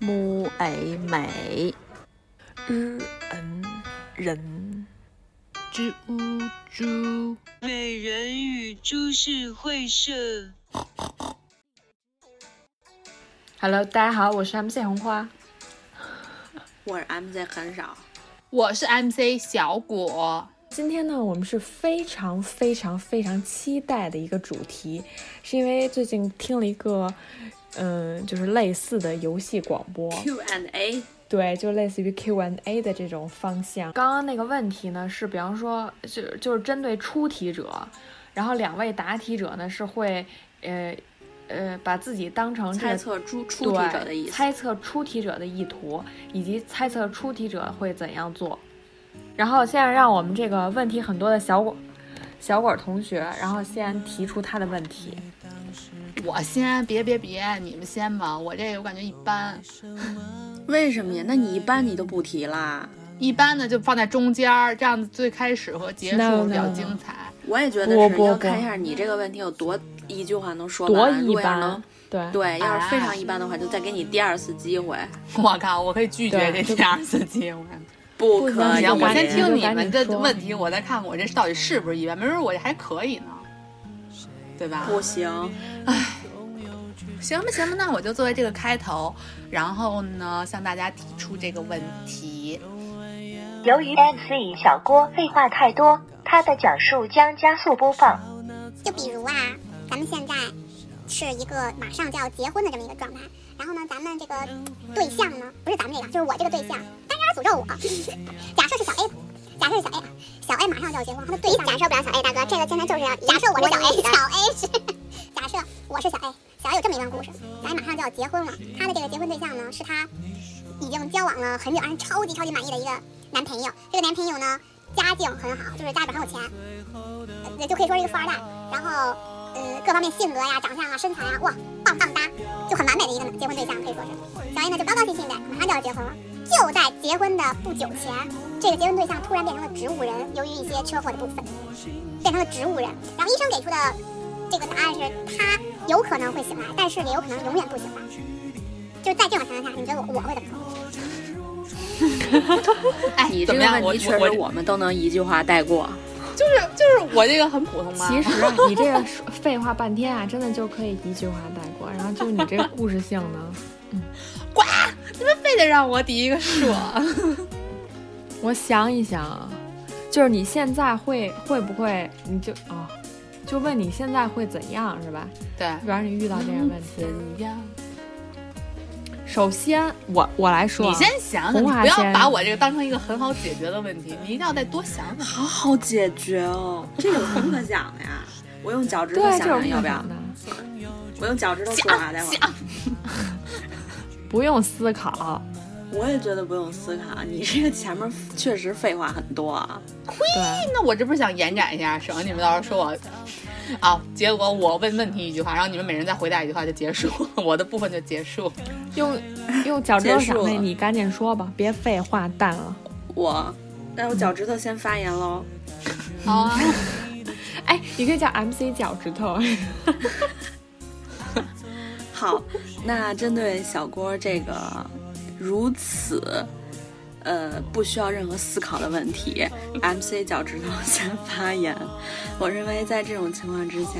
mu a 美 r n 人 z u 猪美人与株式会社。 Hello，大家好，我是 MC 红花，我是 MC 很少，我是 MC 小果，今天呢，我们是非常非常非常期待的一个主题，是因为最近听了一个，嗯，就是类似的游戏广播， Q and A，对，就类似于 Q&A 的这种方向。刚刚那个问题呢，是比方说，就就是针对出题者，然后两位答题者呢是会，呃，呃，把自己当成这猜个测出出题者的意对思。猜测出题者的意图，以及猜测出题者会怎样做。然后现在让我们这个问题很多的小果小果同学，然后先提出他的问题。我先别别别，你们先吧，我这个我感觉一般，为什么呀？那你一般你都不提啦？一般的就放在中间儿，这样子最开始和结 No, 束比较 no 精彩。我也觉得不是不要不看一下你这个问题有多一句话能说多完。如一果要能般，对对，要是非常一般的话，就再给你第二次机会。我靠，我可以拒绝对这第二次机会。不不可以，行哎行，我赶先紧听就你赶们紧的说问题，我再看我这到底是不是一般，没准我还可以呢，对吧？不行，行吧，行吧，那我就作为这个开头，然后呢，向大家提出这个问题。由于 MC 小郭废话太多，他的讲述将加速播放。就比如啊，咱们现在是一个马上就要结婚的这么一个状态，然后呢，咱们这个对象呢，不是咱们这个，就是我这个对象，但是他诅咒我。 假设是小 A，假设是小 A，啊，小 A 马上就要结婚，他的对象假设不了小 A 大哥，这个现在就是要假设我是小 A，小 A 是假设我是小 A，小 A 有这么一段故事，小 A 马上就要结婚了，他的这个结婚对象呢是他已经交往了很久，让人超级超级满意的一个男朋友，这个男朋友呢家境很好，就是家里边很有钱。呃，就可以说是一个富二代，然后呃各方面性格呀、长相啊、身材啊，哇，棒棒哒，就很完美的一个结婚对象，可以说是。小 A 呢就高高兴兴的，马上就要结婚了。就在结婚的不久前，这个结婚对象突然变成了植物人，由于一些车祸的部分，变成了植物人。然后医生给出的这个答案是他有可能会醒来，但是也有可能永远不醒来。就是在这种情况下，你觉得我我会怎么做？哎，你怎这么个样？问我题确我实我们都能一句话带过。就是就是我这个很普通吗？其实啊，你这个说废话半天啊，真的就可以一句话带过。然后就是你这个故事性呢，非得让我第一个说，我想一想啊，就是你现在会会不会，你就啊、就问你现在会怎样是吧？对，比方你遇到这样问题，嗯怎样？首先我我来说啊，你先想想，红你花不要先把我这个当成一个很好解决的问题，你一定要再多想想。好好解决哦，这有什么可想的呀？我用脚趾头对，想这有什想么要可不要想？的？我用脚趾头说啊，待会儿。不用思考，我也觉得不用思考，你这个前面确实废话很多啊。对，那我这不是想延展一下，省得你们到时候说我啊，结果我问问题一句话，然后你们每人再回答一句话就结束， 我的部分就结束。用用脚趾头结束想那，了你赶紧说吧，别废话淡了。我，那我脚趾头先发言喽。嗯好啊，哎，你可以叫 MC 脚趾头， 好，那针对小郭这个如此，呃，不需要任何思考的问 题，MC 脚趾头先发言。我认为在这种情况之下，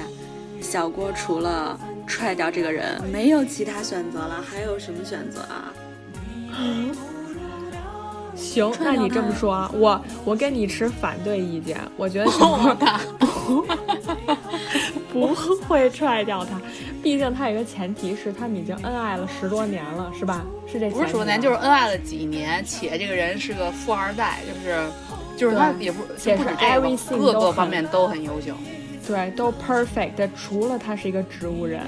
小郭除了踹掉这个人，没有其他选择了，还有什么选择啊？行，那你这么说啊，我我跟你持反对意见，我觉得小郭不 不会踹掉他，毕竟他有个前提是他们已经恩爱了十多年了，是吧？是这不前是提说吧咱就是恩爱了几年，且这个人是个富二代，就是就是他对也不且就不是止这 everything 个，各都个很方面都很优秀。对，都 perfect，除了他是一个植物人。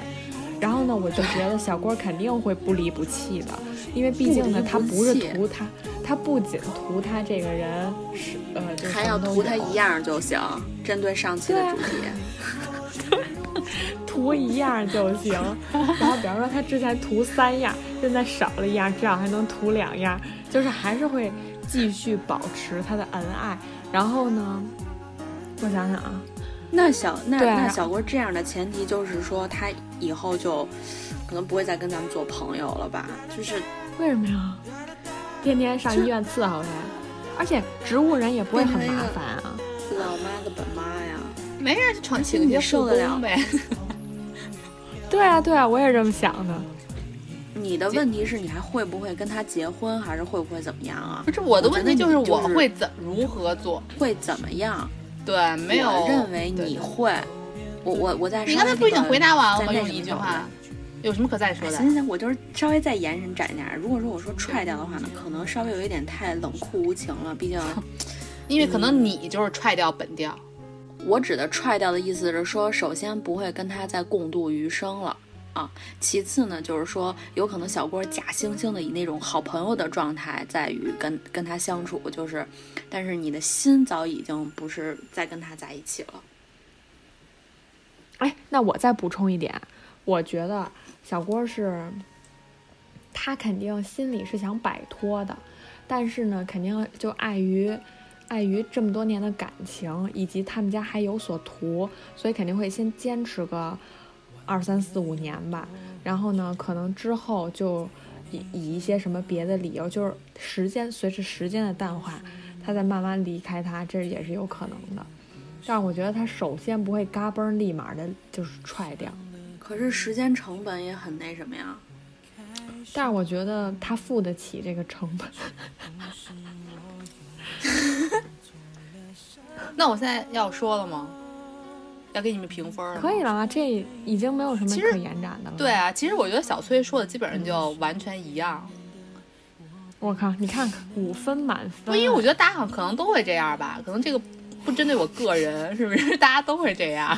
然后呢，我就觉得小郭肯定会不离不弃的，因为毕竟呢，他不是图他，他不仅图他这个人是呃，就是还要涂他一，样就行。针对啊上期的主题，图一样就行。然后比方说他之前图三样，现在少了一样，至少还能图两样，就是还是会继续保持他的恩爱。然后呢，我想想啊，那小那对啊那然小郭这样的前提就是说，他以后就可能不会再跟咱们做朋友了吧？就是为什么呀？天天上医院伺候谁？而且植物人也不会很变成一麻个烦啊。老妈的本妈呀，没事，床请些你受护得了工呗。对啊，对啊，我也这么想的。你的问题是你还会不会跟他结婚，还是会不会怎么样啊不？是我的问题，就是我觉得我你就是会怎如何做？会怎么样？对，没有我认为对你会。我我我再稍微你刚才不已经回答完了吗？再那用什么一句点儿话，有什么可再说的？哎行行行，我就是稍微再延伸展一下。如果说我说踹掉的话呢，可能稍微有一点太冷酷无情了。毕 竟因为可能你就是踹掉本调，我指的踹掉的意思是说，首先不会跟他再共度余生了啊。其次呢，就是说有可能小郭假惺惺的以那种好朋友的状态在于跟跟他相处，就是，但是你的心早已经不是再跟他在一起了。哎，那我再补充一点，我觉得小郭是，他肯定心里是想摆脱的，但是呢，肯定就碍于。碍于这么多年的感情，以及他们家还有所图，所以肯定会先坚持个二三四五年吧。然后呢，可能之后就以以一些什么别的理由，就是时间随着时间的淡化，他再慢慢离开他，这也是有可能的。但是我觉得他首先不会嘎嘣儿立马的，就是踹掉。可是时间成本也很那什么呀。但是我觉得他付得起这个成本。 那我现在要说了吗？要给你们评分了吗可以了吗？这已经没有什么其实可延展的了。对，啊，其实我觉得小崔说的基本上就完全一样，我靠，你看看五分满分不嗯啊，因为我觉得大家好像可能都会这样吧，可能这个不针对我个人，是不是？ 大家都会这样，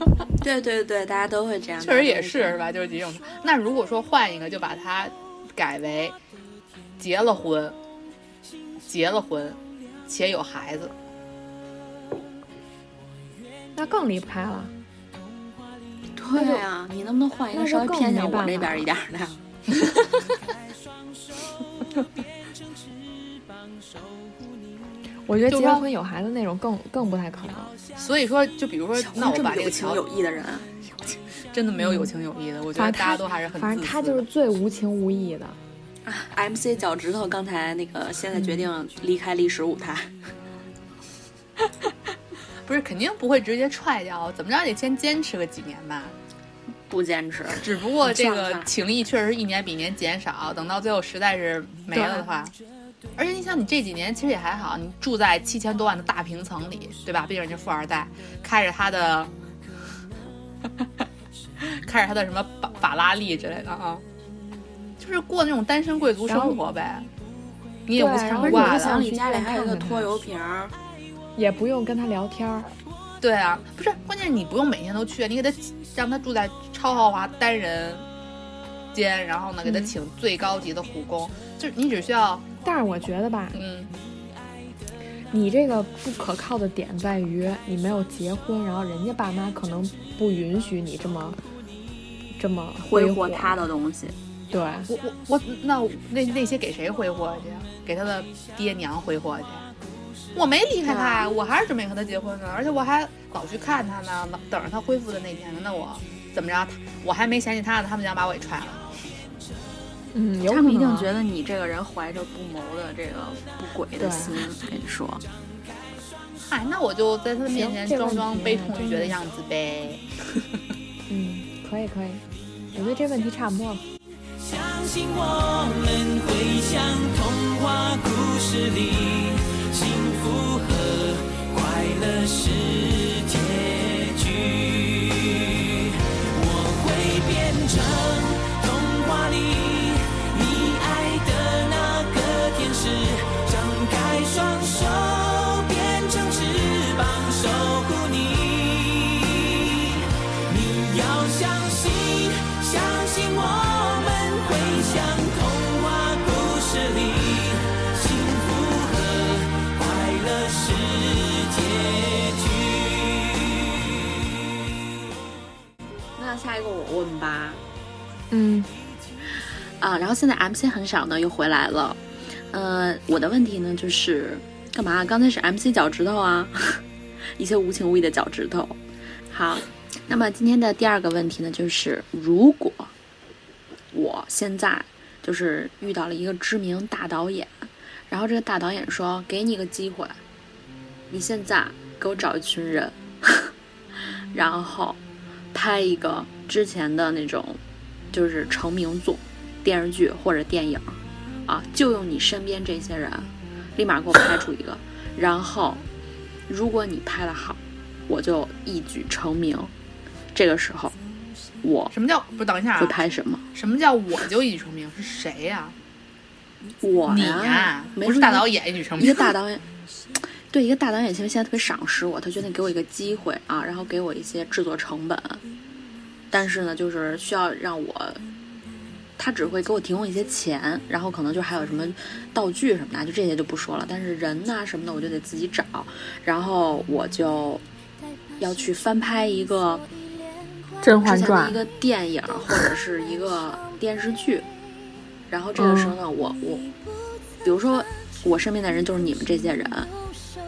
嗯对对对，大家都会这样。确实也是，是吧？就是几种。那如果说换一个，就把它改为结了婚，结了婚且有孩子，那更离不开了。对呀、你能不能换一那个就稍微更偏向没我办这法边一点儿的呀？我觉得就是结了说婚有孩子那种更更不太可能。所以说，就比如说小， 那郭我这把么这有个情调有义的人啊，真的没有有情有义的，我觉得嗯反正大家他都还是很反自正他私就是的最无情无义的。 MC 啊脚趾头刚才那个，现在决定离开历史舞台。不是肯定不会直接踹掉，怎么着也得先坚持个几年吧。嗯不坚持，只不过这算个法情谊确实一年比一年减少，等到最后实在是没了的话，而且你想，你这几年其实也还好，你住在七千多万的大平层里，对吧？毕竟人家富二代，开着他的， 开着他的什么法法拉利之类的啊，就是过那种单身贵族生活呗。你也无对然牵后无你挂就的，想你家里还有一个拖油瓶儿，也不用跟他聊天儿，对啊，不是，关键是你不用每天都去，啊你给他让他住在超豪华单人间，然后呢，给他请最高级的护工，就是你只需要，但是我觉得吧，嗯，你这个不可靠的点在于你没有结婚，然后人家爸妈可能不允许你这么这么挥霍霍他。的东西。对，我我我，那那那些给谁挥霍去啊？给他的爹娘挥霍去啊？我没离开他呀，啊我还是准备和他结婚呢，而且我还老去看他呢，老等着他恢复的那天呢。那我怎么着？他我还没嫌弃他呢，他们想把我给踹了。嗯，有他可们能一定啊觉得你这个人怀着不谋的这个不轨的 心，跟你说，嗨，那我就在他面前行这个装装问题悲呢痛欲真绝的的样子呗。嗯，可以可以，我觉得这问题差不多了。相信我们会像童话故事里，幸福和快乐是结局。我会变成童话里你爱的那个天使，张开双手变成翅膀守护你。你要相信，相信我们会像童话故事里，幸福和快乐是结局。那下一个我问吧。嗯，啊，然后现在 MC 很少呢，又回来了。呃，我的问题呢就是干嘛？啊刚才是 MC 脚趾头啊， 一些无情无义的脚趾头。好，那么今天的第二个问题呢，就是如果我现在就是遇到了一个知名大导演，然后这个大导演说：“给你一个机会，你现在给我找一群人， 然后拍一个之前的那种，就是成名作、电视剧或者电影，啊，就用你身边这些人，立马给我拍出一个。然后，如果你拍的好，我就一举成名。这个时候，我什么叫不？等一下会啊，拍什么？什么叫我就一举成名？是谁呀？我你呀呀，，没不是说大你导演一举成一名个，大导演，对一个大导演，其实现在特别赏识我，他决定给我一个机会啊，然后给我一些制作成本，但是呢，就是需要让我，他只会给我提供一些钱，然后可能就还有什么道具什么的，就这些就不说了。但是人呐、什么的，我就得自己找，然后我就要去翻拍一个《甄之嬛前的传一》个电影或者是一个电视剧，然后这个时候呢，嗯我我，比如说我身边的人就是你们这些人，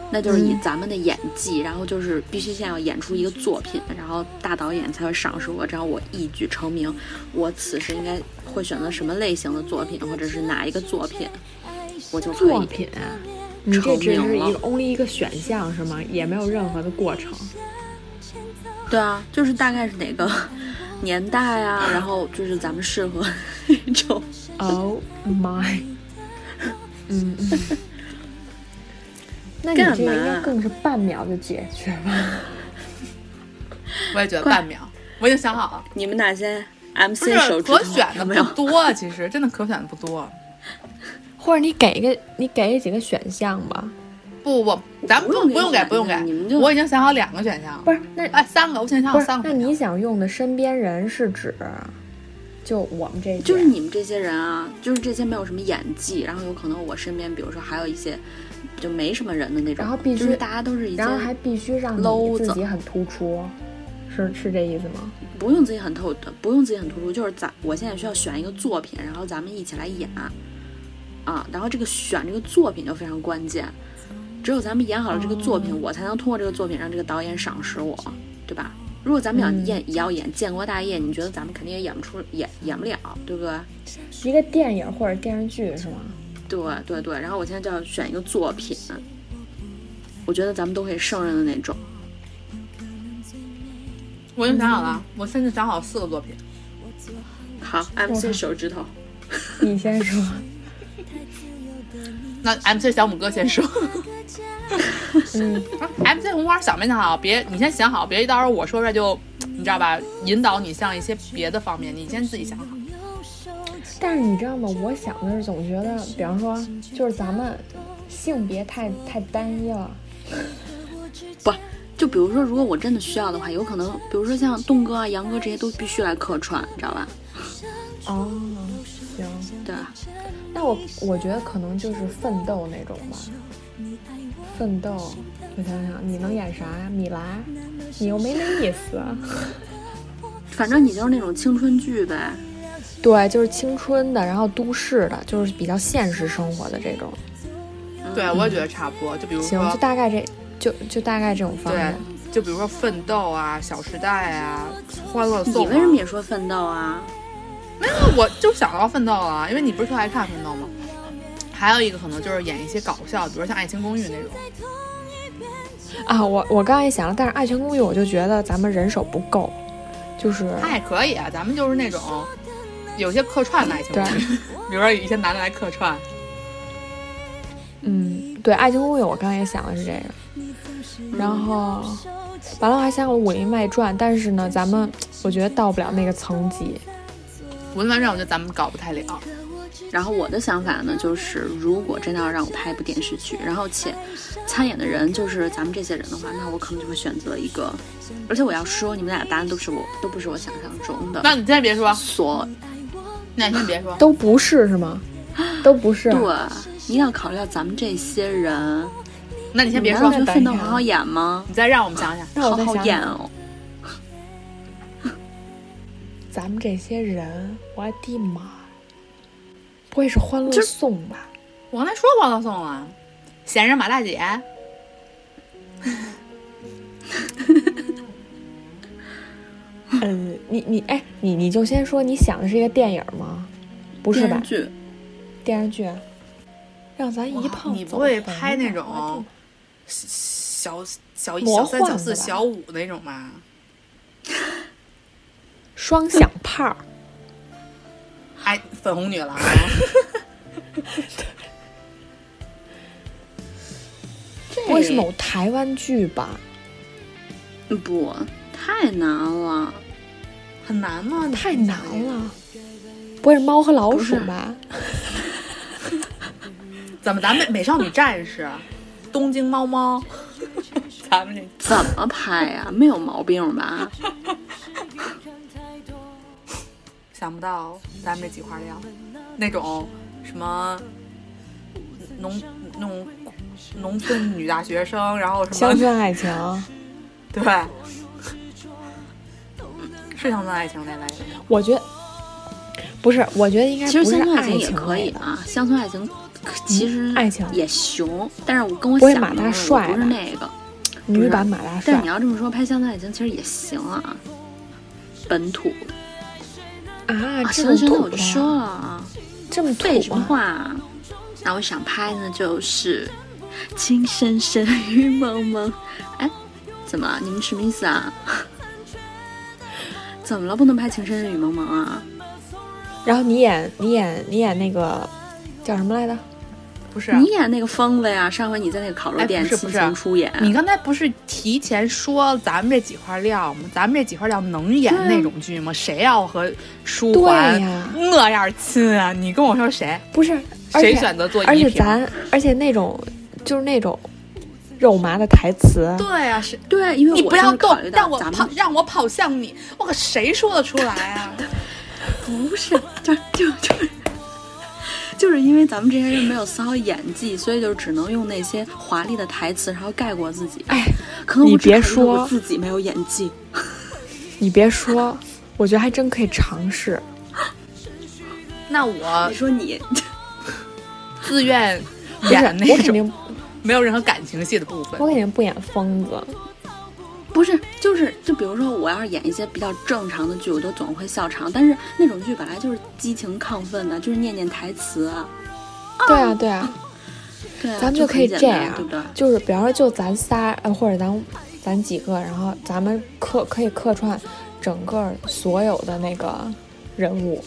那就是嗯以咱们的演技，然后就是必须先要演出一个作品，然后大导演才会赏识我，这样我一举成名。我此时应该会选择什么类型的作品，或者是哪一个作品，我就可作以品，你这只成是名了一个 only 一个选项是吗？也没有任何的过程。对啊，就是大概是哪个 年代啊，然后就是咱们适合 那种。 Oh my，嗯，嗯 那你干这个应嘛该更是半秒就解决吧？ 我也觉得半秒，我已经想好了，你们哪些不 MC 是手指头可选有的没有不？多，啊其实真的可选的不多。或者你给一个，你给几个选项吧？不不不，咱们不不用不用给改，你不用改你们就，我已经想好两个选项了，不是，那哎，三个，我现在想不好是三，个那选项。你想用的身边人是指，就我们这一届就是你们这些人啊，就是这些没有什么演技，然后有可能我身边，比如说还有一些就没什么人的那种，然后必须就是大家都是已然后还经必须让你搂自子己很突出，是是这意思吗？不用自己很透，不用自己很突出，就是咱我现在需要选一个作品，然后咱们一起来演啊，然后这个选这个作品就非常关键，只有咱们演好了这个作品，我才能通过这个作品让这个导演赏识我，对吧？如果咱们想演、也要演建国大业，你觉得咱们肯定也演不出，演演不了，对不对？一个电影或者电视剧是吗？对对对，然后我现在就要选一个作品，我觉得咱们都可以胜任的那种。我已经想好了，啊我甚至想好四个作品。好，MC 手指头，你先说， 那 MC 小拇哥 先说 嗯， ，MC 红花想没想好？别，你先想好，别到时候我说出来就，你知道吧？引导你向一些别的方面，你先自己想好。但是你知道吗？我想的是总觉得，比方说，就是咱们性别太太单一了。不，就比如说，如果我真的需要的话，有可能，比如说像栋哥啊、杨哥这些都必须来客串，你知道吧？哦，行，对吧？那我我觉得可能就是奋斗那种吧。奋斗，我想想，你能演啥呀？米兰，你又没那意思。啊反正你就是那种青春剧呗。对，就是青春的，然后都市的，就是比较现实生活的这种。对，啊我也觉得差不嗯多。就比如行，就说，大概这就就大概这种方对面。，就比如说《奋斗》啊，《小时代》啊，《欢乐颂你》为什么啊。也说奋斗啊？没有，我就想到《奋斗》了，啊因为你不是特爱看《奋斗》吗？还有一个可能就是演一些搞笑，比如像《爱情公寓》那种。啊，我我刚才也想了，但是《爱情公寓》我就觉得咱们人手不够，就是他也可以啊，咱们就是那种有些客串的爱情对公寓，比如说有一些男的来客串。嗯，对，《爱情公寓》我刚才也想的是这个，然后完了我还想《武林外传》，但是呢，咱们我觉得到不了那个层级。 《武林外传》我觉得咱们搞不太了，然后我的想法呢，就是如果真的要让我拍一部电视剧，然后且参演的人就是咱们这些人的话，那我可能就会选择一个，而且我要说，你们俩答案都是我都不是我想象中的。那你先别说，所那你先别说，都不是是吗？都不是。啊对，你一定要考虑到咱们这些人。那你先你别难说道，觉得等奋一斗下很好演吗？你再让我们想想。那好我再好想演想，哦，咱们这些人，我的妈，不会是《欢乐颂》吧？我刚才说欢乐颂了，闲人马大姐，呃嗯，你你哎，你你就先说你想的是一个电影吗？不是电吧视？剧电视啊剧，让咱一哇胖啊你不走会红拍那吧种小小小魔三、小幻四、的吧小五那种 吧？双响炮儿，哎，粉红 女郎，不会是某台湾剧吧？不太难了，很难吗？你太难了，不会是猫和老鼠吧？怎么咱们美少女战士、东京 猫猫，咱们这怎么拍呀、没有毛病吧？想不到咱们这几块料，那种什么农农农村女大学生，然后什乡么村 爱情，对， 是乡村爱情那类的吗？我觉得不是，我觉得应该其不实是乡村爱爱情也情可类以的，嗯啊，乡村爱情可其实爱情也行，但是我跟我不会想马的大我帅不是吧那个。女版马大但是帅你要这么说，拍乡村爱情其实也行啊，本土。啊，啊，这行么了行了，土我的就，说了啊，这么废什土么吗？话啊？那我想拍呢，就是情深深雨蒙蒙。哎，怎么你们什么意思啊？ 怎么了？不能拍情深深雨蒙蒙啊？然后你演你演你演那个叫什么来着？不是，啊你演那个疯子呀？上回你在那个烤肉哎店不是不亲是情出演，你刚才不是提前说咱们这几块料吗？咱们这几块料能演那种剧吗？谁要和舒对缓呀，那样亲啊？你跟我说谁？不是，而谁且选择做而依且萍？咱而且那种就是那种肉麻的台词，对啊，谁？对，因为你我不要就是考动虑，到让我咱跑们，让我跑向你，我可谁说得出来 啊？不是，就是就是就是。就是因为咱们这些人没有丝毫演技，所以就只能用那些华丽的台词，然后盖过自己。哎，可能我你只别考虑到我说自己没有演技，你别说，我觉得还真可以尝试。那我你说你自愿不是，演我那肯种定没有任何感情戏的部分我。肯定不演疯子。不是就是就比如说，我要是演一些比较正常的剧，我都总会笑场。但是那种剧本来就是激情亢奋的，就是念念台词啊。对啊，对啊，对啊，咱们就可以很这简单样对不对？就是比方说就咱仨，呃，或者咱咱几个，然后咱们客可以客串整个所有的那个人物，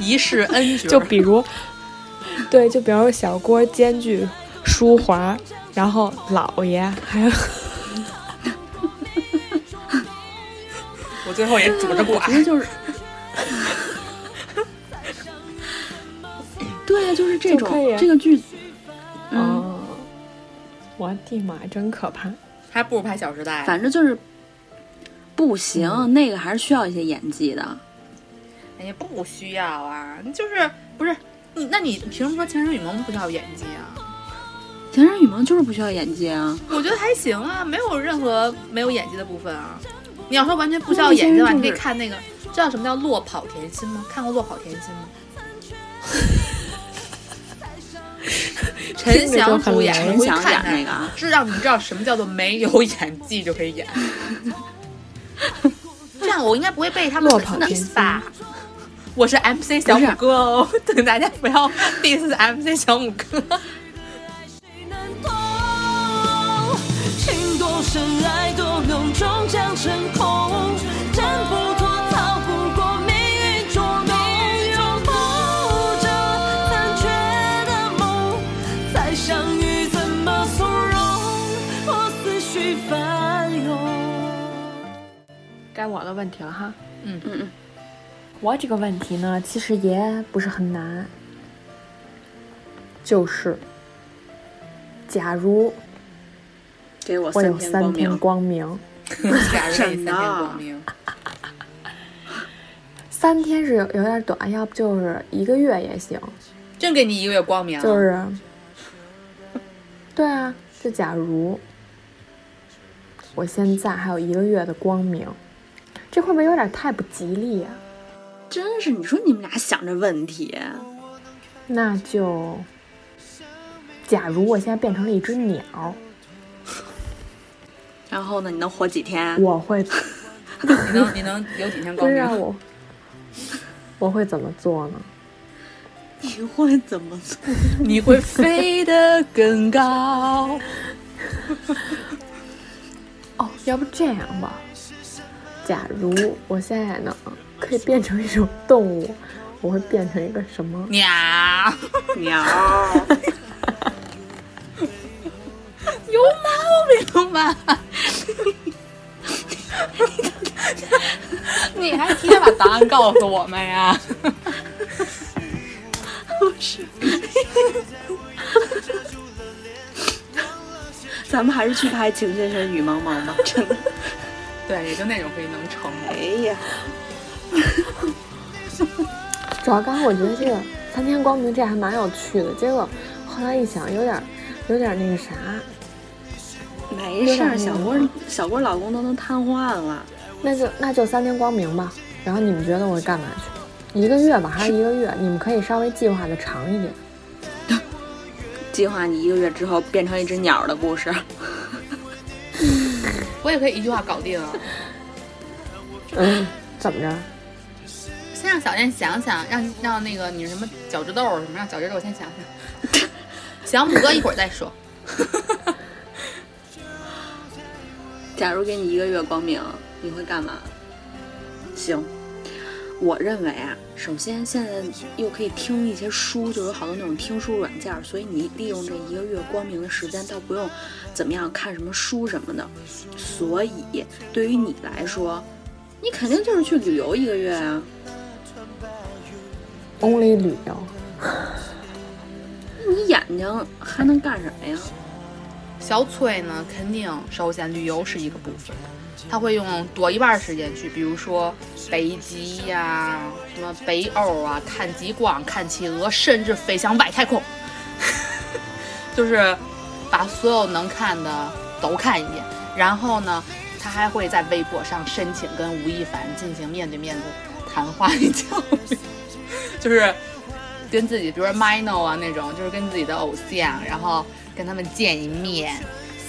一世恩角，就比如，对，就比方说小郭兼具淑华，然后老爷，还有我最后也拄着我 拐觉。得就是，对啊，就是这就可以种啊这个剧，嗯，哦，我的妈，真可怕！还不如拍《小时代》。反正就是不行，那个还是需要一些演技的。哎呀，不需要啊，就是不是你？那你凭什么说《情深深雨蒙蒙》不需要演技啊？情深深雨蒙就是不需要演技啊。我觉得还行啊，没有任何没有演技的部分啊。你要说完全不需要演技的话，那你些人就是可以看那个，知道什么叫《落跑甜心》吗？看过《落跑甜心》吗？陈翔主演，听陈你回去翔看演看那个，啊，知道你知道什么叫做没有演技就可 以演。这样我应该不会被他们落跑 diss 吧？我是 MC 小不五是哥哦， 对大家不要 diss MC 小五 哥。难懂，情多深爱多浓，终将成空。挣不脱，逃不过命运捉弄，拥抱着残缺的梦，才相遇，怎么从容？我思绪翻涌。该我的问题了哈。嗯嗯。我这个问题呢，其实也不是很难，就是，假如 给我我三有天三光天明，光明，啊 假如给三真天的光明，三天是有有点短，要不就是一个月也行，真给你一个月光明啊，就是，对啊，就假如我现在还有一个月的光明，这会不会有点太不吉利呀、真是你说你们俩想这问题，那就，假如我现在变成了一只鸟，然后呢，你能活几天？我会你能你能有几天 不光是啊明？我，我会怎么做呢？你会怎么做？你会飞得更高。哦，要不这样吧，假如我现在呢可以变成一种动物，我会变成一个什么？ 鸟，鸟，有毛病吧？你还提前把答案告诉我 们呀？咱们还是去拍《情深深雨蒙蒙》 吧，真的。对，也就那种可以能成。哎呀，主要刚才我觉得这个三天光明这还蛮有趣的，结果后来一想，有点儿有点儿那个啥，没事儿，小郭小郭老公都能瘫痪了，那就那就三天光明吧。然后你们觉得我干嘛去？一个月吧，还是一个月？你们可以稍微计划的长一点。计划你一个月之后变成一只鸟的故事。我也可以一句话搞定。啊。嗯， 怎么着？先让小燕想想，让让那个你什么角质豆什么，让角质豆先想想。 想五个一会儿再说。假如给你一个月光明，你会干嘛？行，我认为啊，首先现在又可以听一些书，就有好多那种听书软件儿，所以你利用这一个月光明的时间，倒不用怎么样看什么书什么的。所以对于你来说，你肯定就是去旅游一个月啊。 only 旅游，你眼睛还能干什么呀？小崔呢，肯定首先旅游是一个部分，他会用多一半时间去，比如说北极呀、什么北欧啊，看极光、看企鹅，甚至飞向外太空， 就是把所有能看的都看一遍。然后呢，他还会在微博上申请跟吴亦凡进行面对面的谈话与交流， 就是跟自己，比如说 Mino 啊那种，就是跟自己的偶像，然后跟他们见一面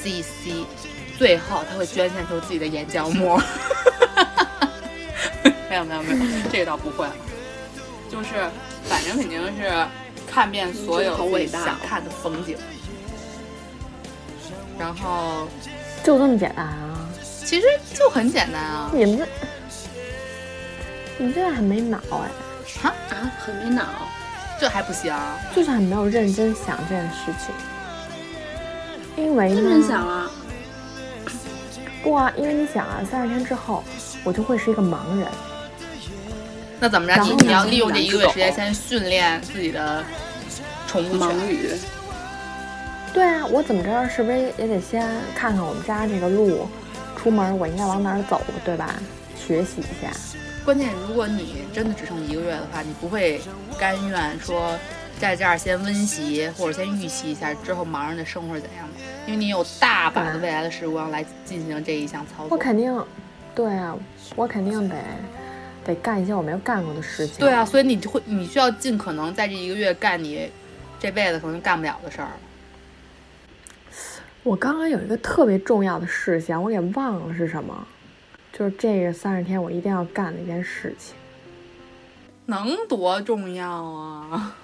，C 一 C，最后他会捐献出自己的眼角膜。 没有没有没有，这个倒不会啊，就是反正肯定是看遍所你有真的好自伟己大哦想看的风景，然后就这么简单啊？其实就很简单啊。你们这，你们这还没脑哎，啊，很没脑。这还不行？就是很没有认真想这件事情。因为认真呢，想啊了，不啊，因为你想啊，三十天之后我就会是一个盲人，那怎么着？然你后你呢要利用这一个月时间，先训练自己的宠物盲犬。语。对啊，我怎么着是不是也得先看看我们家这个路，出门我应该往哪儿走，对吧？学习一下。关键，如果你真的只剩一个月的话，你不会甘愿说在这儿先温习或者先预习一下之后盲人的生活是怎样的，因为你有大把的对未来的时光来进行这一项操我作。肯定，对啊，我肯定得得干一些我没有干过的事情。对啊，，所以你就会你需要尽可能在这一个月干你这辈子可能干不了的事儿。我刚刚有一个特别重要的事项，我给忘了是什么，就是这个三十天我一定要干的一件事情。能多重要啊！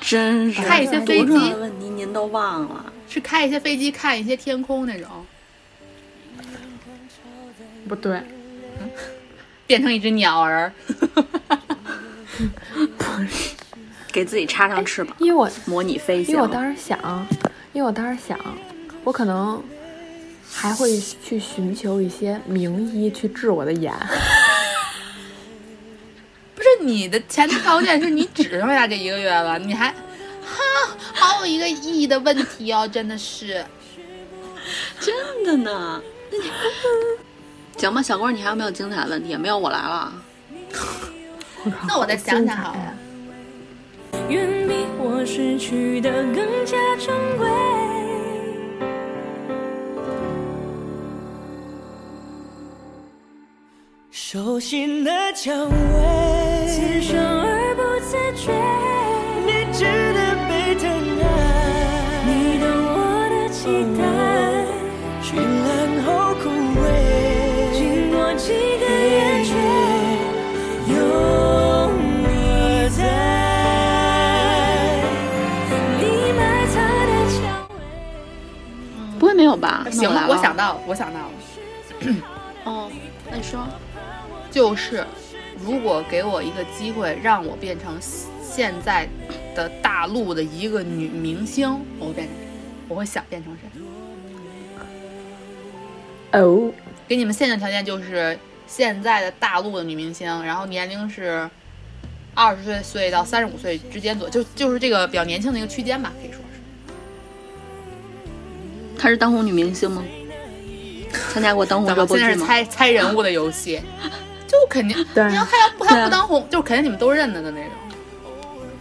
真是开一些飞机多重要的问题您都忘了，是开一些飞机，看一些天空那种，不对，变成一只鸟儿。 给自己插上翅膀，因为我模拟飞因行为。我当时想，因为我当时想，我可能还会去寻求一些名医去治我的眼。不是你的前提条件是你只剩下这一个月了， 你还，哈，好有一个意义的问题哦，真的是。真的呢。行吧，小郭，你还有没有精彩的问题？没有，我来了。那我再想想好精彩了啊。远比我失去的更加珍贵。手心的蔷薇，自生而不自觉，你值得被疼爱，你懂我的期待，绚烂后枯萎，经过几个月却。永远。行来了了，我想到了，我想到了，哦，那你说，就是如果给我一个机会，让我变成现在的大陆的一个女明星，我会变成谁？我会想变成谁？哦，给你们限定条件就是现在的大陆的女明星，然后年龄是二十岁岁到三十五岁之间左右，就就是这个比较年轻的一个区间吧，可以说是。她是当红女明星吗？参加过当红咱热们播现剧在是吗？猜猜人物的游戏， 就肯定对你要她要不啊她不当红，就是肯定你们都认得的那种。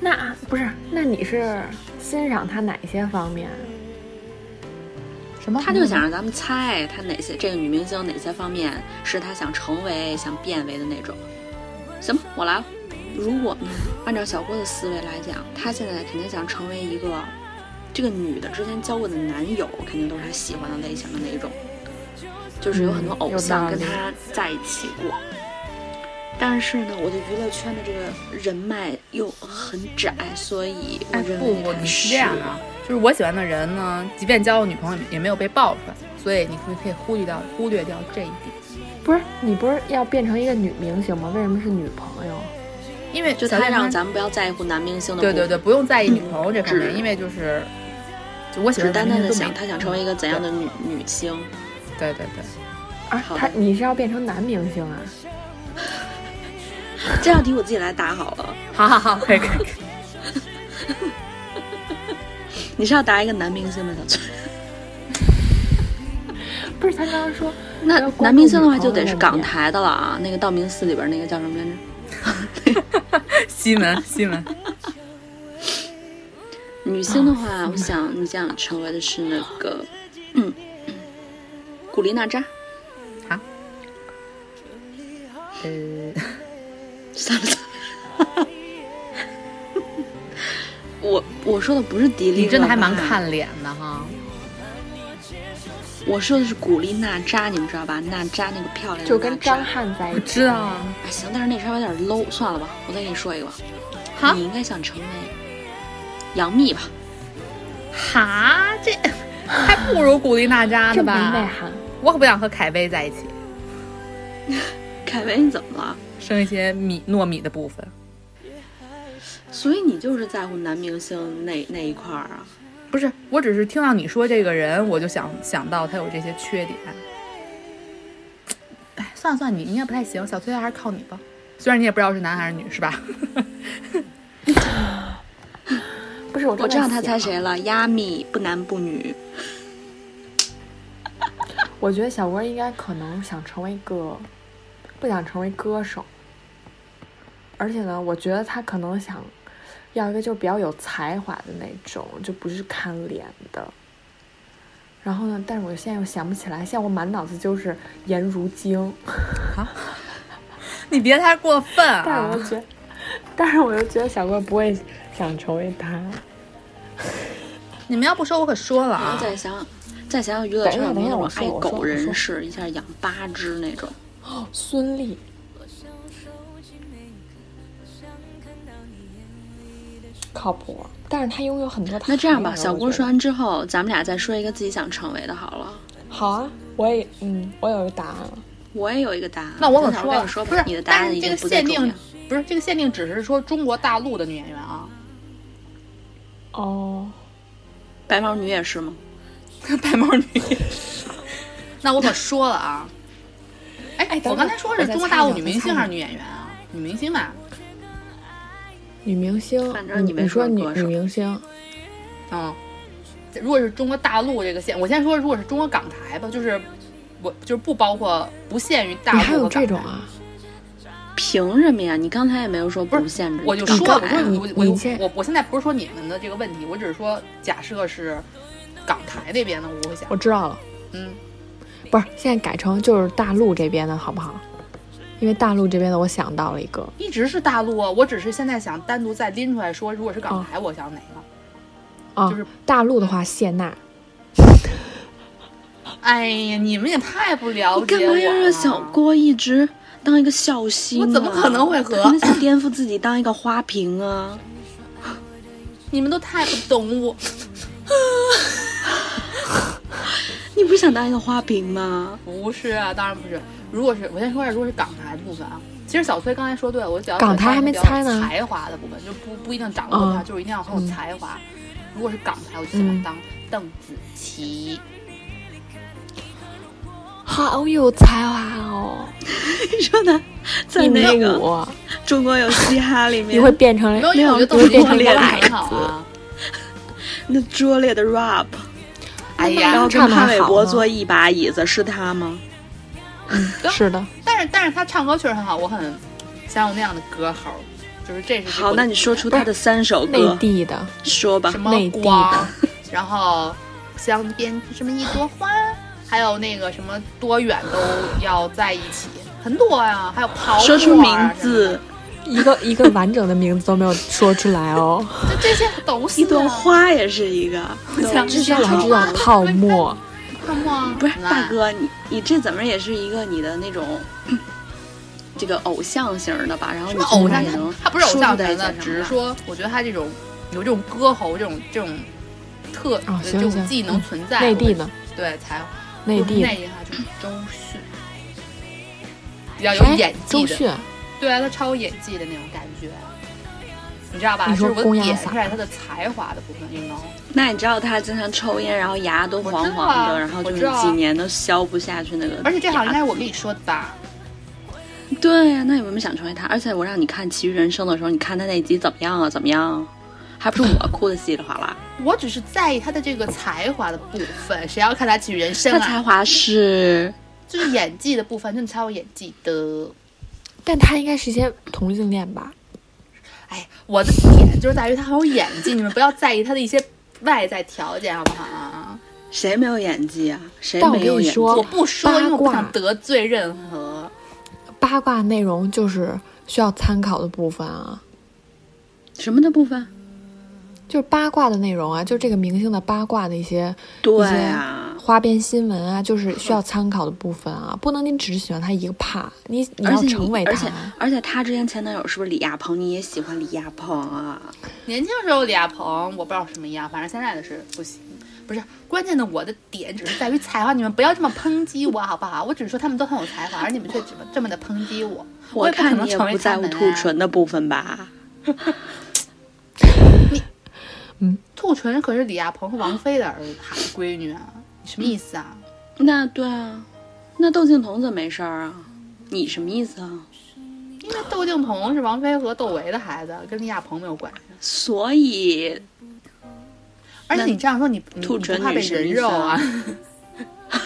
那不是，那你是欣赏他哪些方面？啊什么她就想让咱们猜她哪些这个女明星哪些方面是她想成为、想变为的那种。行吧，我来了。如果嗯呢按照小郭的思维来讲，她现在肯定想成为一个这个女的之前交过的男友，肯定都是她喜欢的类型的那一种，就是有很多嗯偶有像道跟理她在一起过。但是呢，我对娱乐圈的这个人脉又很窄，所以我哎认不为，我她你是是这样的啊，就是我喜欢的人呢，即便交了女朋友也没有被爆出来，所以你可以可以忽略掉忽略掉这一点，不是你不是要变成一个女明星吗？为什么是女朋友？因为就小她健让康咱们不要在乎男明星的对部对分对，不用在意女朋友这方面，只因为就是就我喜只欢单单的的想她想成为一个怎样的女女星，对对对，啊，好的他你是要变成男明星啊？这道题我自己来答好了。好好好，可以可以， 你是要答一个男明星吗，小崔？不是，他刚刚说那要关注男明星的话女就朋友得是问题港台的了啊，那个《道明寺》里边那个叫什么来着？ 西门西门，啊女星的话，我想你想成为的是那个，嗯，古力娜扎。呃，算了算了。 我我说的不是迪丽，你真的还蛮，看脸的哈，我说的是古力娜扎，你们知道吧？娜扎那个漂亮的就跟娜扎张翰在一起，知道啊，哎行，但是那稍微有点 low，算了吧，我再给你说一个吧。好你应该想成为杨幂吧？哈这。 还不如古力娜扎这呢么没内吧？涵。我可不想和凯薇在一起，凯文，你怎么了？剩一些米糯米的部分。所以你就是在乎男明星那那一块儿啊？不是，我只是听到你说这个人，我就想想到他有这些缺点。哎，算了算了，你应该不太行，小崔还是靠你吧。虽然你也不知道是男还是女，是吧？不是我，我知道他猜。谁了，亚米不男不女。我觉得小郭应该可能想成为一个，不想成为歌手。而且呢，我觉得他可能想要一个就比较有才华的那种，就不是看脸的。然后呢，但是我现在又想不起来，现在我满脑子就是颜如晶， 你别太过分但是我啊又！觉得，但是我又觉得小郭不会想成为他。你们要不说，我可说了然后啊！再想想，再想想娱乐圈有没有那种爱狗人士，一下养八只那种？孙俪，靠谱，但是他拥有很多。那这样吧，小郭说，完之后，咱们俩再说一个自己想成为的，好了。好啊，我也嗯，我有一个答案了。我也有一个答案。那我可小说郭了，你说吧不是你的答但案是已这经个不再限重要定。不是这个限定，只是说中国大陆的女演员 啊。哦，白毛女也是吗？白毛女。 那我可说了啊！哎哎，等我会儿刚才说我是再中国猜一大陆下女再猜明星一还下是女演员啊？女明星吧。女明星，嗯反正你你没说说女歌手女明星，嗯，如果是中国大陆这个线，我先说，如果是中国港台吧，就是我就是不包括不限于大你陆还有和港这台种？啊？凭什么呀？你刚才也没有说不是限制。我就刚说，才我说你我我你这我我现在不是说你们的这个问题，我只是说假设是港台那边的，我会想我，知道了，嗯，不是现在改成就是大陆这边的好不好？因为大陆这边的我想到了一个，一直是大陆啊，我只是现在想单独再拎出来说，如果是港台，我想哪个？啊，就是大陆的话，谢娜，哎呀，你们也太不了你干解嘛我要了。让小郭一直当一个孝心、啊？我怎么可能会和肯定想颠覆自己当一个花瓶啊！你们都太不懂我。你不是想当一个花瓶吗？ 不是啊，当然不是。如果是我先说一下，如果是港台的部分啊，其实小崔刚才说对了，我觉得港台还没猜呢才华的部分就不不一定长得多漂亮，嗯就是一定要很有才华。如果是港台，我就想当邓紫棋。好有才华哦！你说的在一那米个五， 《中国有嘻哈》里你面会变成没有，因为我觉得邓紫棋唱歌很好啊。那拙劣的 rap，哎然后呀，跟唱得潘还玮好啊柏呢坐一把椅子，是他吗？是的，但是但是她唱歌确实很好，我很想有那样的歌喉，就是这是好，那你说出他的三首内歌，地的，说吧什。么内地的光， 然后江边什么一朵花，还有那个什么多远都要在一起， 很多呀、还有跑说出名字，，一个一个完整的名字都没有说出来哦。就这些都是啊一朵花也是一个。想至少我还知道泡沫，泡沫，不是来大，哥，你你这怎么也是一个你的那种这个偶像型的吧？然后什你么偶现在像也能他不是偶说像出来型一些的什，么只是吧说我觉得他这种有这种歌喉这种这种特、呃哦这行种行技能存在，内地的的，对才内就是地的内，地哈就是周迅，比较有哎演，技周的。迅，对啊，他超有演技的那种感觉，你知道吧？你说就是我公鸭点嗓出来他的才华的部分，你 know？那你知道他经常抽烟，然后牙都黄我知道黄啊的，然后我就知是道啊几年都消不下去那个。而且这好像应该是我跟你说的吧？对啊呀、那你有没有想成为他？而且我让你看《奇遇人生》的时候，你看他那集怎么样啊？怎么样啊、还不是我哭的稀里哗啦。我只是在意他的这个才华的部分，谁要看他其实人生他才啊？华是就是演技的部分，真的超有演技的。但他应该是一些同性恋吧？哎，我的点就是在于他很有演技，你们不要在意他的一些外在条件，好不好啊？谁没有演技啊？谁但我没跟有你演技？说我不说，因为我哦不八卦想得罪任何。八卦内容就是需要参考的部分啊，什么的部分？就是八卦的内容啊，就是这个明星的八卦的一些对一些啊，花边新闻啊，就是需要参考的部分啊，不能你只是喜欢他一个 part，你你而要且成为你，而且他。而且他之前前男友是不是李亚鹏？你也喜欢李亚鹏啊？年轻时候李亚鹏，我不知道什么样，反正现在的是不行。不是关键的，我的点只是在于才华，你们不要这么抨击我好不好？我只是说他们都很有才华，而你们却这么这么的抨击我，我也不可看能你也成为不在他乎们兔啊唇的部分吧？兔唇可是李亚鹏和王菲的儿子还是闺女啊，你什么意思啊？那对啊，那窦靖童怎么没事儿啊？你什么意思啊？因为窦靖童是王菲和窦唯的孩子，跟李亚鹏没有关系。所以而且那哎你这样说，你你兔你唇不怕女被神人意思肉啊啊？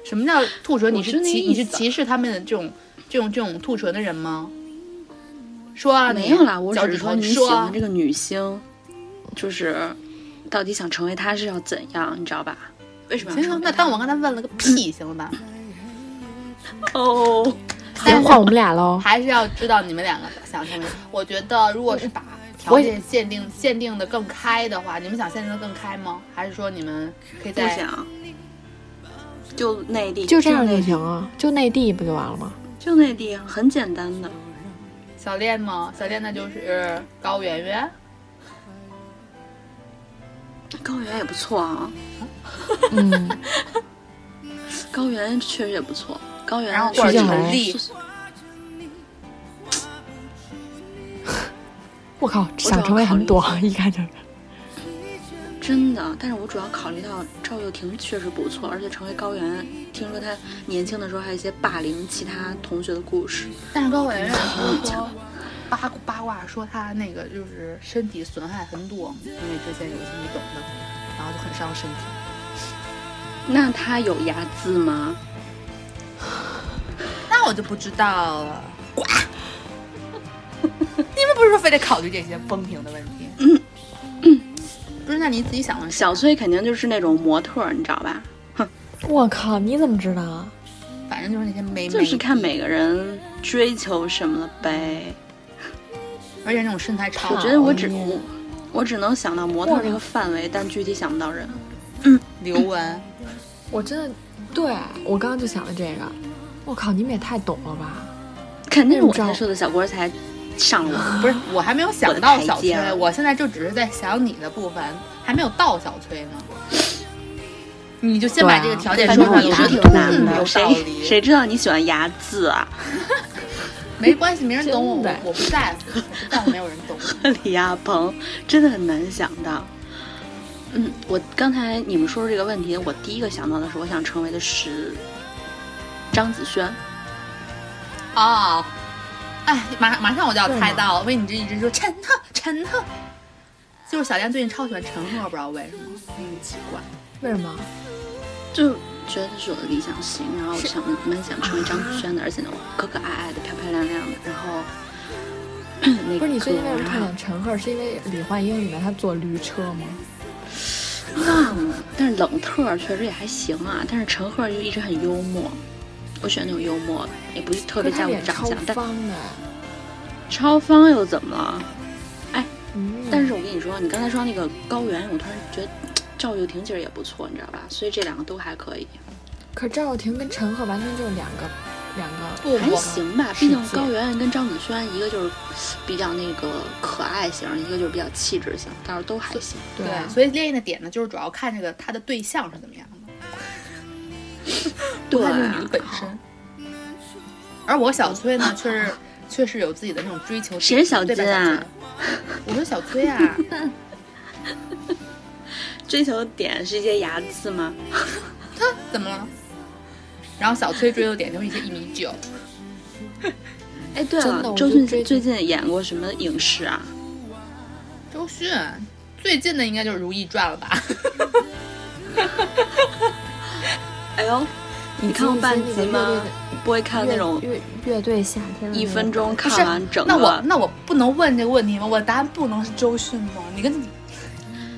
什么叫兔唇？你我是说那歧意你是思啊歧视他们的这种这种这种兔唇的人吗？说啊，没你有啦，嗯我脚只趾是头，说你你喜说啊欢这个女星，就是到底想成为她是要怎样，你知道吧？为什么要行成行，为那她？当我刚才问了个屁，行吧？哦，行，但是换我们俩喽。还是要知道你们两个想成为。我觉得，如果是把条件限定限定的更开的话，你们想限定的更开吗？还是说你们可以不在想，就内地，就这样内就地，行啊，就内地不就完了吗？就内地，很简单的。小练吗？小练那就是高圆圆。高原也不错啊，嗯，高原确实也不错。高原然后确或者实徐静蕾陈丽，我靠，想成为很多， 一看就是。真的，但是我主要考虑到赵又廷确实不错，而且成为高原，听说他年轻的时候还有一些霸凌其他同学的故事。但是高圆圆不是说八八卦说她那个就是身体损害很多，因为之前有一些你懂的，然后就很伤身体。那他有睚眦吗？那我就不知道了。呱！ 你们不是说非得考虑这些风评的问题？ 不是，那你自己想的小崔肯定就是那种模特儿，你知道吧？我靠，你怎么知道啊？反正就是那些美美，就是看，每个人追求什么了呗。而且那种身材超好。我觉得我哦只讨厌我我只能想到模特儿这个范围，但具体想不到人。刘雯，我真的，对我刚刚就想了这个。我靠，你们也太懂了吧？肯定是我那才种说的小郭才上 了。不是，我还没有想我到小的台阶崔，啊我现在就只是在想你的部分，还没有到小崔呢。你就先把这个条件说出来，对我啊觉得挺反正我嗯答有道谁理。谁知道你喜欢牙字啊？ 没关系，没人懂我，真的我我不在乎， 我不在乎没有人懂我。李亚鹏真的很难想到。嗯，我刚才你们说这个问题，我第一个想到的是我想成为的是张子萱。哦，哎，马马上我就要猜到了，为你这一直说陈赫，陈赫，就是小燕最近超喜欢陈赫，不知道为什么，嗯，奇怪。为什么？就觉得这是我的理想型，然后我想蛮想成为张子啊萱的，而且呢，我可可爱爱的、漂漂亮亮的，然后 那个不是你最近为什么然看后见陈赫？是因为《李焕英》里面他坐驴车吗？忘了，但是冷特儿确实也还行啊，但是陈赫就一直很幽默，我喜欢那种幽默的，也不是特可别是在他乎脸长超相，但方 的。超方又怎么了？嗯，但是我跟你说，你刚才说那个高原，我突然觉得赵又廷其实也不错，你知道吧？所以这两个都还可以，可赵又廷跟陈赫完全就是两个两个。不还不，行吧。世毕竟界高原跟张子萱，一个就是比较那个可爱型，一个就是比较气质型，倒是都还行。对啊，所以练习的点呢，就是主要看这个他的对象是怎么样的，对啊不看这个你本身。而我小崔呢，确实确实有自己的那种追求。谁是小对吧金啊？小崔我说小 崔啊，追求点是一些牙刺吗？怎么了？然后小崔追求点就是一些一米九，哎，对真的了，我周就迅追最近演过什么影视啊？周迅最近的应该就是《如懿传》了 吧？哎呦，你看过半集吗？你不会看那种乐乐队夏天的一分钟不看完整那我个？那我不能问这个问题吗？我答案不能是周迅吗？你跟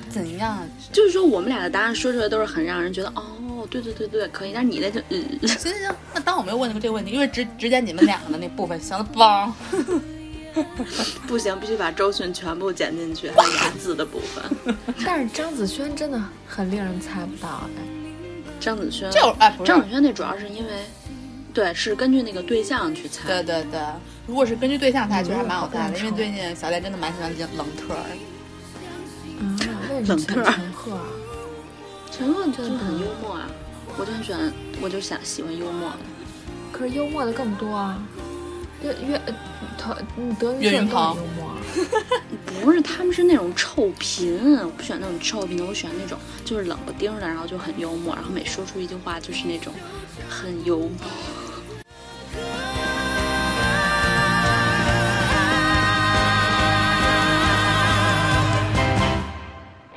怎样啊？就是说我们俩的答案说出来都是很让人觉得哦，对对对对，可以。但是你那就嗯。行行行，那当我没有问过这个问题，因为只只讲你们两个的那部分，行 了吧？ 不行，必须把周迅全部剪进去，还有雅字的部分。但是张子萱真的很令人猜不到哎。 张子萱，这我哎，不是，张子萱那主要是因为，对，是根据那个对象去猜。对对对，如果是根据对象猜，其实还蛮好猜的，嗯因为最近小戴真的蛮喜欢冷冷特儿。嗯啊，为什么选陈赫啊？陈赫真的很幽默啊，我就很喜欢，我就想喜欢幽默的。可是幽默的更多啊。岳岳，呃他嗯德云岳社云更鹏幽 默啊。不是，他们是那种臭贫，我不喜欢那种臭贫的，我喜欢那种就是冷不丁的，然后就很幽默，然后每说出一句话就是那种很幽默。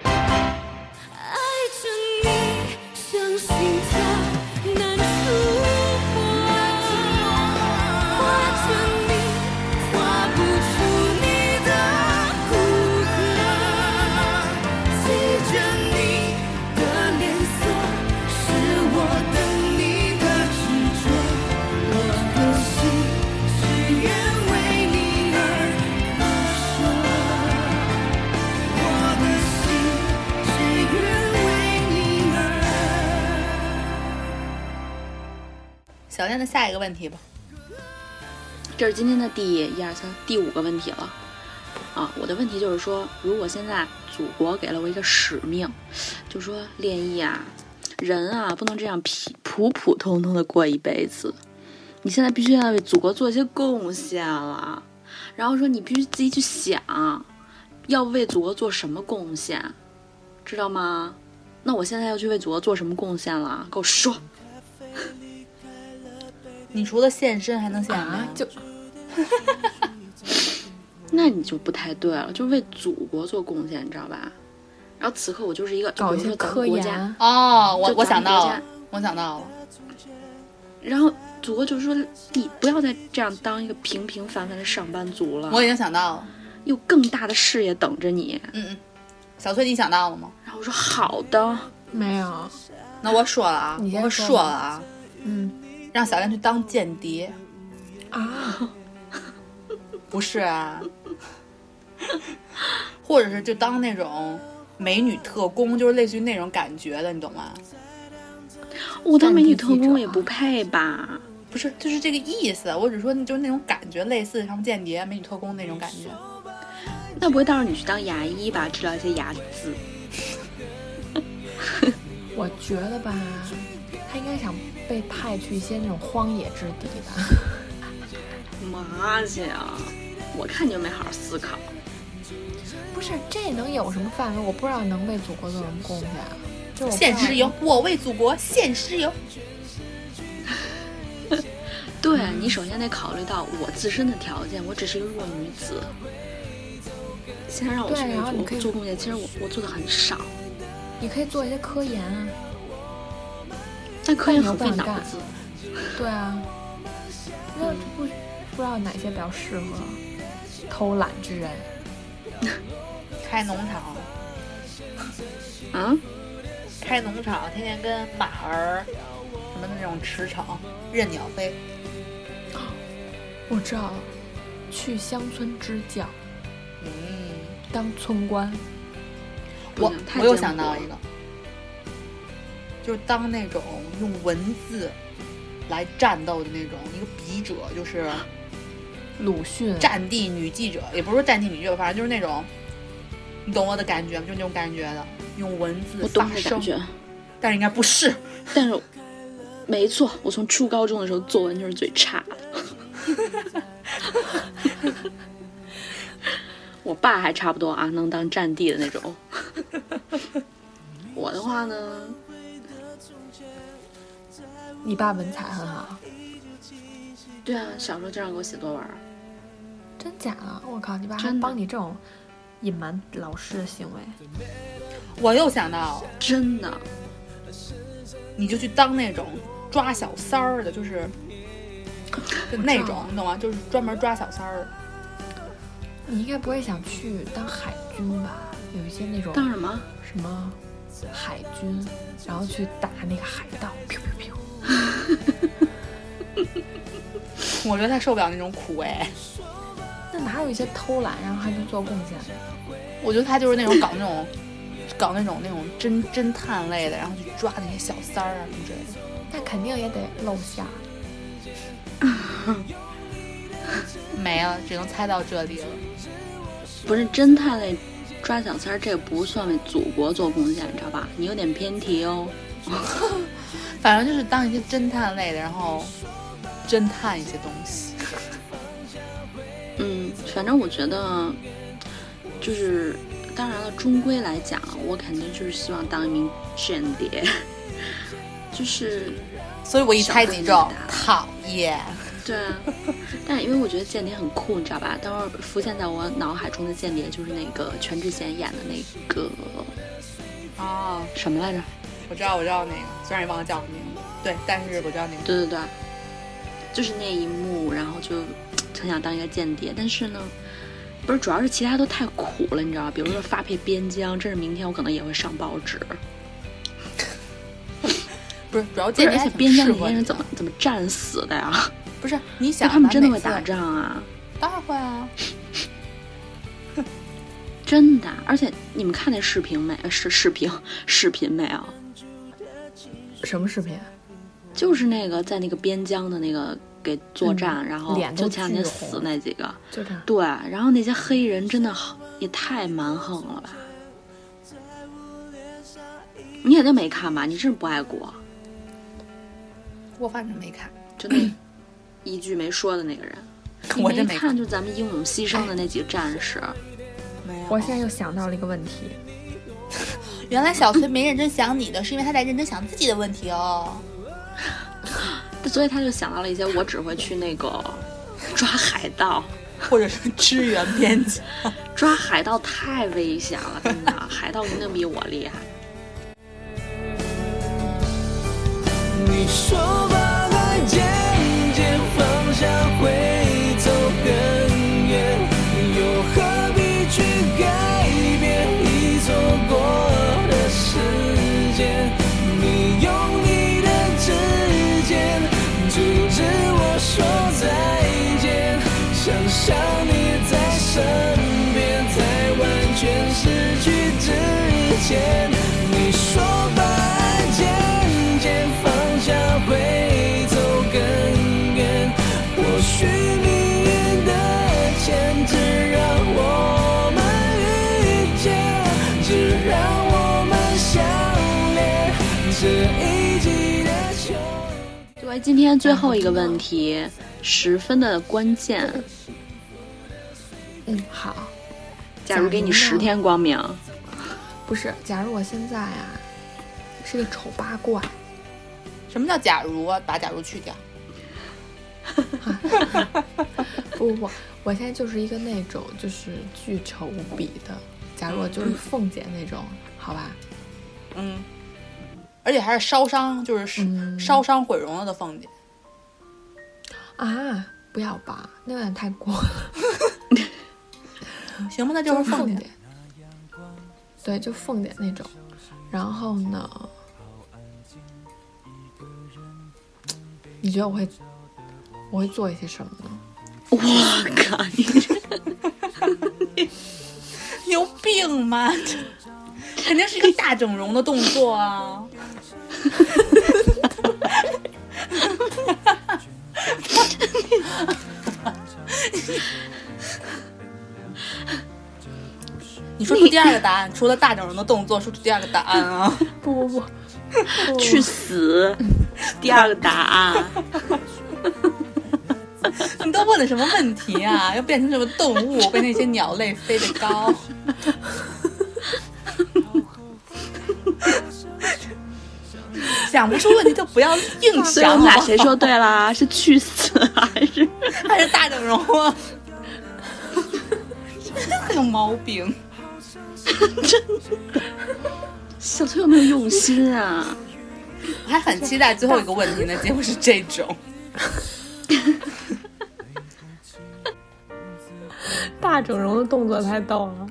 爱着你，像心跳难触摸。画着你，画不出你的骨骼。记着你的脸色，是我等你的执着。我的心只愿为你而歌说。我的心只愿为你而。小戴的下一个问题吧，这是今天的第一二三第五个问题了。啊，我的问题就是说，如果现在祖国给了我一个使命，就说练毅啊，人啊不能这样平普普通通的过一辈子，你现在必须要为祖国做一些贡献了。然后说你必须自己去想，要为祖国做什么贡献，知道吗？那我现在要去为祖国做什么贡献了？给我说，你除了献身还能献什么呀啊，？就那你就不太对了，就为祖国做贡献，你知道吧？然后此刻我就是一个，就搞比一如些说咱科们国家，研。哦，我就我咱想们国到家了，我想到了，然后祖国就说你不要再这样当一个平平凡凡的上班族了，我已经想到了，有更大的事业等着你。嗯嗯，小崔你想到了吗？然后我说好的，没有，那我说了啊你，先我说说吧了啊，嗯让小燕去当间谍，啊，不是啊， 或者是就当那种美女特工，就是类似于那种感觉的，你懂吗？我当美女战特地记者工也不配吧？不是，就是这个意思。我只说就是那种感觉，类似像间谍、美女特工那种感觉。哦那不会到时候你去当牙医吧？治疗一些牙痔。我觉得吧，他应该想被派去一些那种荒野之地吧。 嘛去呀？我看你就没好好思考。不是，这能有什么范围？我不知道能为祖国做什么贡献啊。就我不知道献石油，我为祖国献石油。对你首先得考虑到我自身的条件，我只是一个弱女子。现在让我去对然后你可为以做贡献，其实我我做的很少，你可以做一些科研啊。但科研但很你费又不想脑干子。对啊，那不不知道哪些比较适合偷懒之人。开农场，啊，嗯开农场，天天跟马儿什么那种驰骋，任鸟飞。我知道了，去乡村支教，嗯，当村官。不我能太我又艰想到苦一个，就是当那种用文字来战斗的那种一个笔者，就是鲁迅，战地女记者，也不是说战地女记者，反正就是那种，你懂我的感觉吗？就那种感觉的，用文字我发懂你的声感，觉，但是应该不是。但是我没错，我从初高中的时候作文就是最差的。 我爸还差不多啊，能当战地的那种。我的话呢，你爸文采很好，对啊，小时候就让给我写作文儿，真假的？我靠，你爸还真的帮你这种隐瞒老师的行为。我又想到，真的。你就去当那种抓小三儿的，就是就那种，你懂吗？就是专门抓小三儿的。你应该不会想去当海军吧？有一些那种当什么？什么海军，然后去打那个海盗，飘飘飘。我觉得他受不了那种苦哎，那哪有一些偷懒，然后还能做贡献的？我觉得他就是那种搞那种。搞那种那种侦侦探类的，然后去抓那些小三儿啊什么之类的。那肯定也得露馅儿。没了，只能猜到这里了。不是侦探类抓小三儿，这个不算为祖国做贡献，你知道吧？你有点偏题哦。反正就是当一些侦探类的，然后侦探一些东西。嗯，反正我觉得，就是当然了，终归来讲，我肯定就是希望当一名间谍， 就是所以我一猜即中小，侦探讨厌。对啊。但因为我觉得间谍很酷，你知道吧？当时浮现在我脑海中的间谍就是那个全智贤演的那个哦，什么来着？我知道，我知道那个，虽然也忘了叫什么名字，对，但是我知道那个。对对对，就是那一幕，然后就很想当一个间谍，但是呢，不是，主要是其他都太苦了，你知道吧？比如说发配边疆，真是明天我可能也会上报纸。不是，主要不是，间谍而还且挺边疆适那些合你人的怎么怎么战死的呀？ 不是？你那想，他们真的每会次打？仗啊，当然会啊。真的。啊而且你们看那视频没？呃视视频视频没有？什么视频？就是那个在那个边疆的那个给嗯作战，然后脸都就前两天巨红死那几个，就这样。对，然后那些黑人真的好也太蛮横了吧？你肯定没看吧？你真是不爱国，我反正没看，就 那一句没说的那 个人，你我真没没看，就咱们英勇牺牲的那几个战士。没有。我现在又想到了一个问题，原来小崔没认真想你的，是因为他在认真想自己的问题哦。所以他就想到了一些，我只会去那个抓海盗，或者是支援边 疆。抓海盗太危险了，真的，海盗肯定比我厉害。你说把爱渐渐放下，会走更远，又何必去改变已错过的时间？你用你的指尖阻止我说再见，想象你在身边，在完全失去之前，你说把爱渐渐放下会走更远，或许。来今天最后一个问题，十分的关键。嗯，好，假如给你十天光明，嗯不是，假如我现在啊是个丑八怪，什么叫假如啊？把假如去掉。不不不，我现在就是一个那种就是巨丑无比的，假如我嗯就是凤姐那种，好吧？嗯，而且还是烧伤，就是嗯烧伤毁容了的凤姐。啊，不要吧，那有点太过哦了。行吧，那就就是是凤凤姐。姐，对，就凤姐那种。然后呢？你觉得我会我会做一些什么呢？我 靠，你你有病吗？肯定是一个大整容的动作啊！你说出第二个答案，除了大整容的动作，说出第二个答案啊！不不不，去死！ 第二个答 案， 你都问的什么问题啊？ 又变成什么动 物？被那些鸟类飞得高？ 想不出问题就不要硬所以我想们好俩不好谁说对啦？是去死啊还是？还是大整容啊？真的有毛病！小崔有没有用心啊？我还很期待最后一个问题呢，结果是这种。大整容的动作太逗了。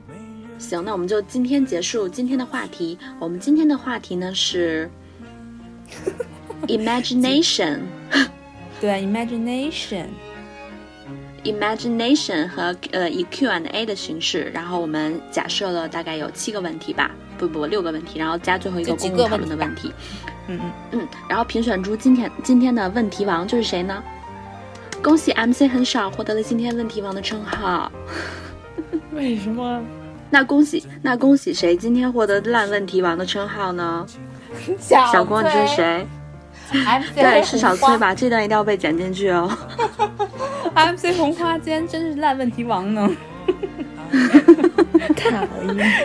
行，那我们就今天结束今天的话题。我们今天的话题呢 是 imagination、对，imagination， imagination 和呃以 Q&A 的形式，然后我们假设了大概有七个问题吧，不不六个问题，然后加最后一个就几公个共讨论的问问题。嗯嗯，嗯，然后评选出今天今天的问题王就是谁呢？恭喜 MC 很少获得了今天问题王的称号。 为什么？那恭喜，那恭喜谁今天获得烂问题王的称号呢？小小光，你是谁？ ？MC 对，是小崔吧？这段一定要被剪进去哦。 MC 红花今天真是烂问题王 呢，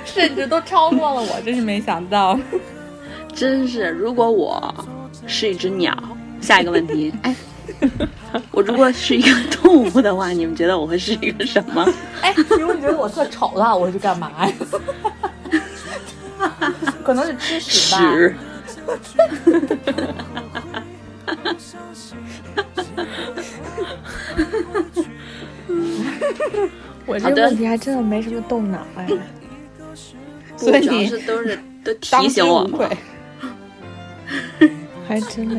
甚至都超过了我，真是没想到。真是，如果我是一只鸟，下一个问 题，哎，我如果是一个动物的话，你们觉得我会是一个什么？哎，如果你觉得我特丑的话，我会去干嘛 呀？可能是吃屎吧。屎。我好这的问题还真的没什么动脑哎。不主要是都是都提醒我们。还真的，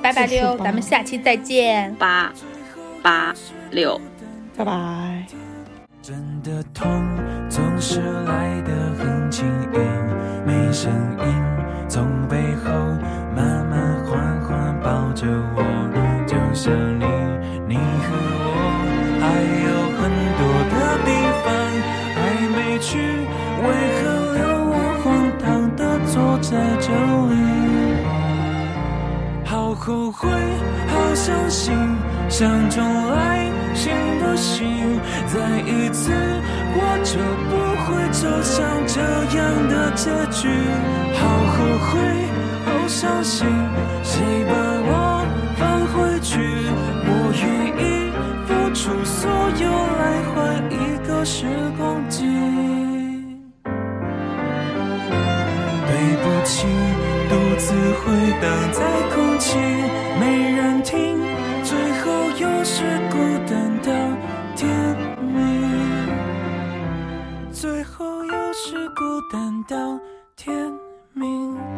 拜拜谢谢溜，吧咱们下期再见。八八六。拜拜。真的痛总是来得很轻盈，没声音从背后慢慢缓缓抱着我，就像你，你和我还有很多的地方还没去，为何留我荒唐的坐在这里？好后悔，好伤心，像重来，行不行？再一次，我就不会走向这样的结局。好后悔，好伤心，谁把我放回去？我愿意付出所有来换一个时光机。对不起，独自回荡在空气，没人听，最后又是孤单到天明，最后又是孤单到天明。